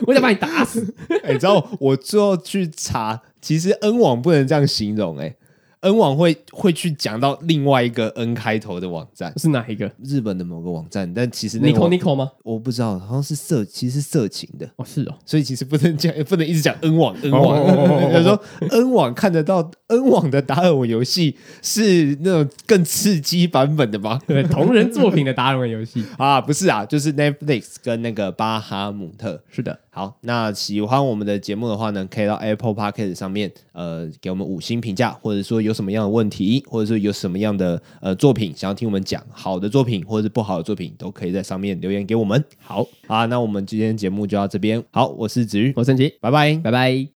B: 我想把你打死。
A: 哎、你知道我最后去查，其实 N 网不能这样形容、哎，N 网会会去讲到另外一个 N 开头的网站，
B: 是哪一个
A: 日本的某个网站，但其实那个
B: ？Nico
A: 网
B: Nico 吗？
A: 我不知道，好像是色，其实是色情的，
B: 哦，是哦，
A: 所以其实不能讲， 不能一直讲 N 网 N
B: 哦哦哦哦哦
A: 网。有时候 N 网看得到 N 网的达尔文游戏是那种更刺激版本的吗？
B: 对，同人作品的达人文游戏。
A: 啊，不是啊，就是 Netflix 跟那个巴哈姆特。
B: 是的，
A: 好，那喜欢我们的节目的话呢，可以到 Apple Podcast 上面，呃，给我们五星评价，或者说有什么样的问题，或者说有什么样的呃作品想要听我们讲，好的作品或者是不好的作品，都可以在上面留言给我们。好啊，那我们今天节目就到这边。好，我是子瑜，
B: 我升级，
A: 拜拜。
B: 拜拜。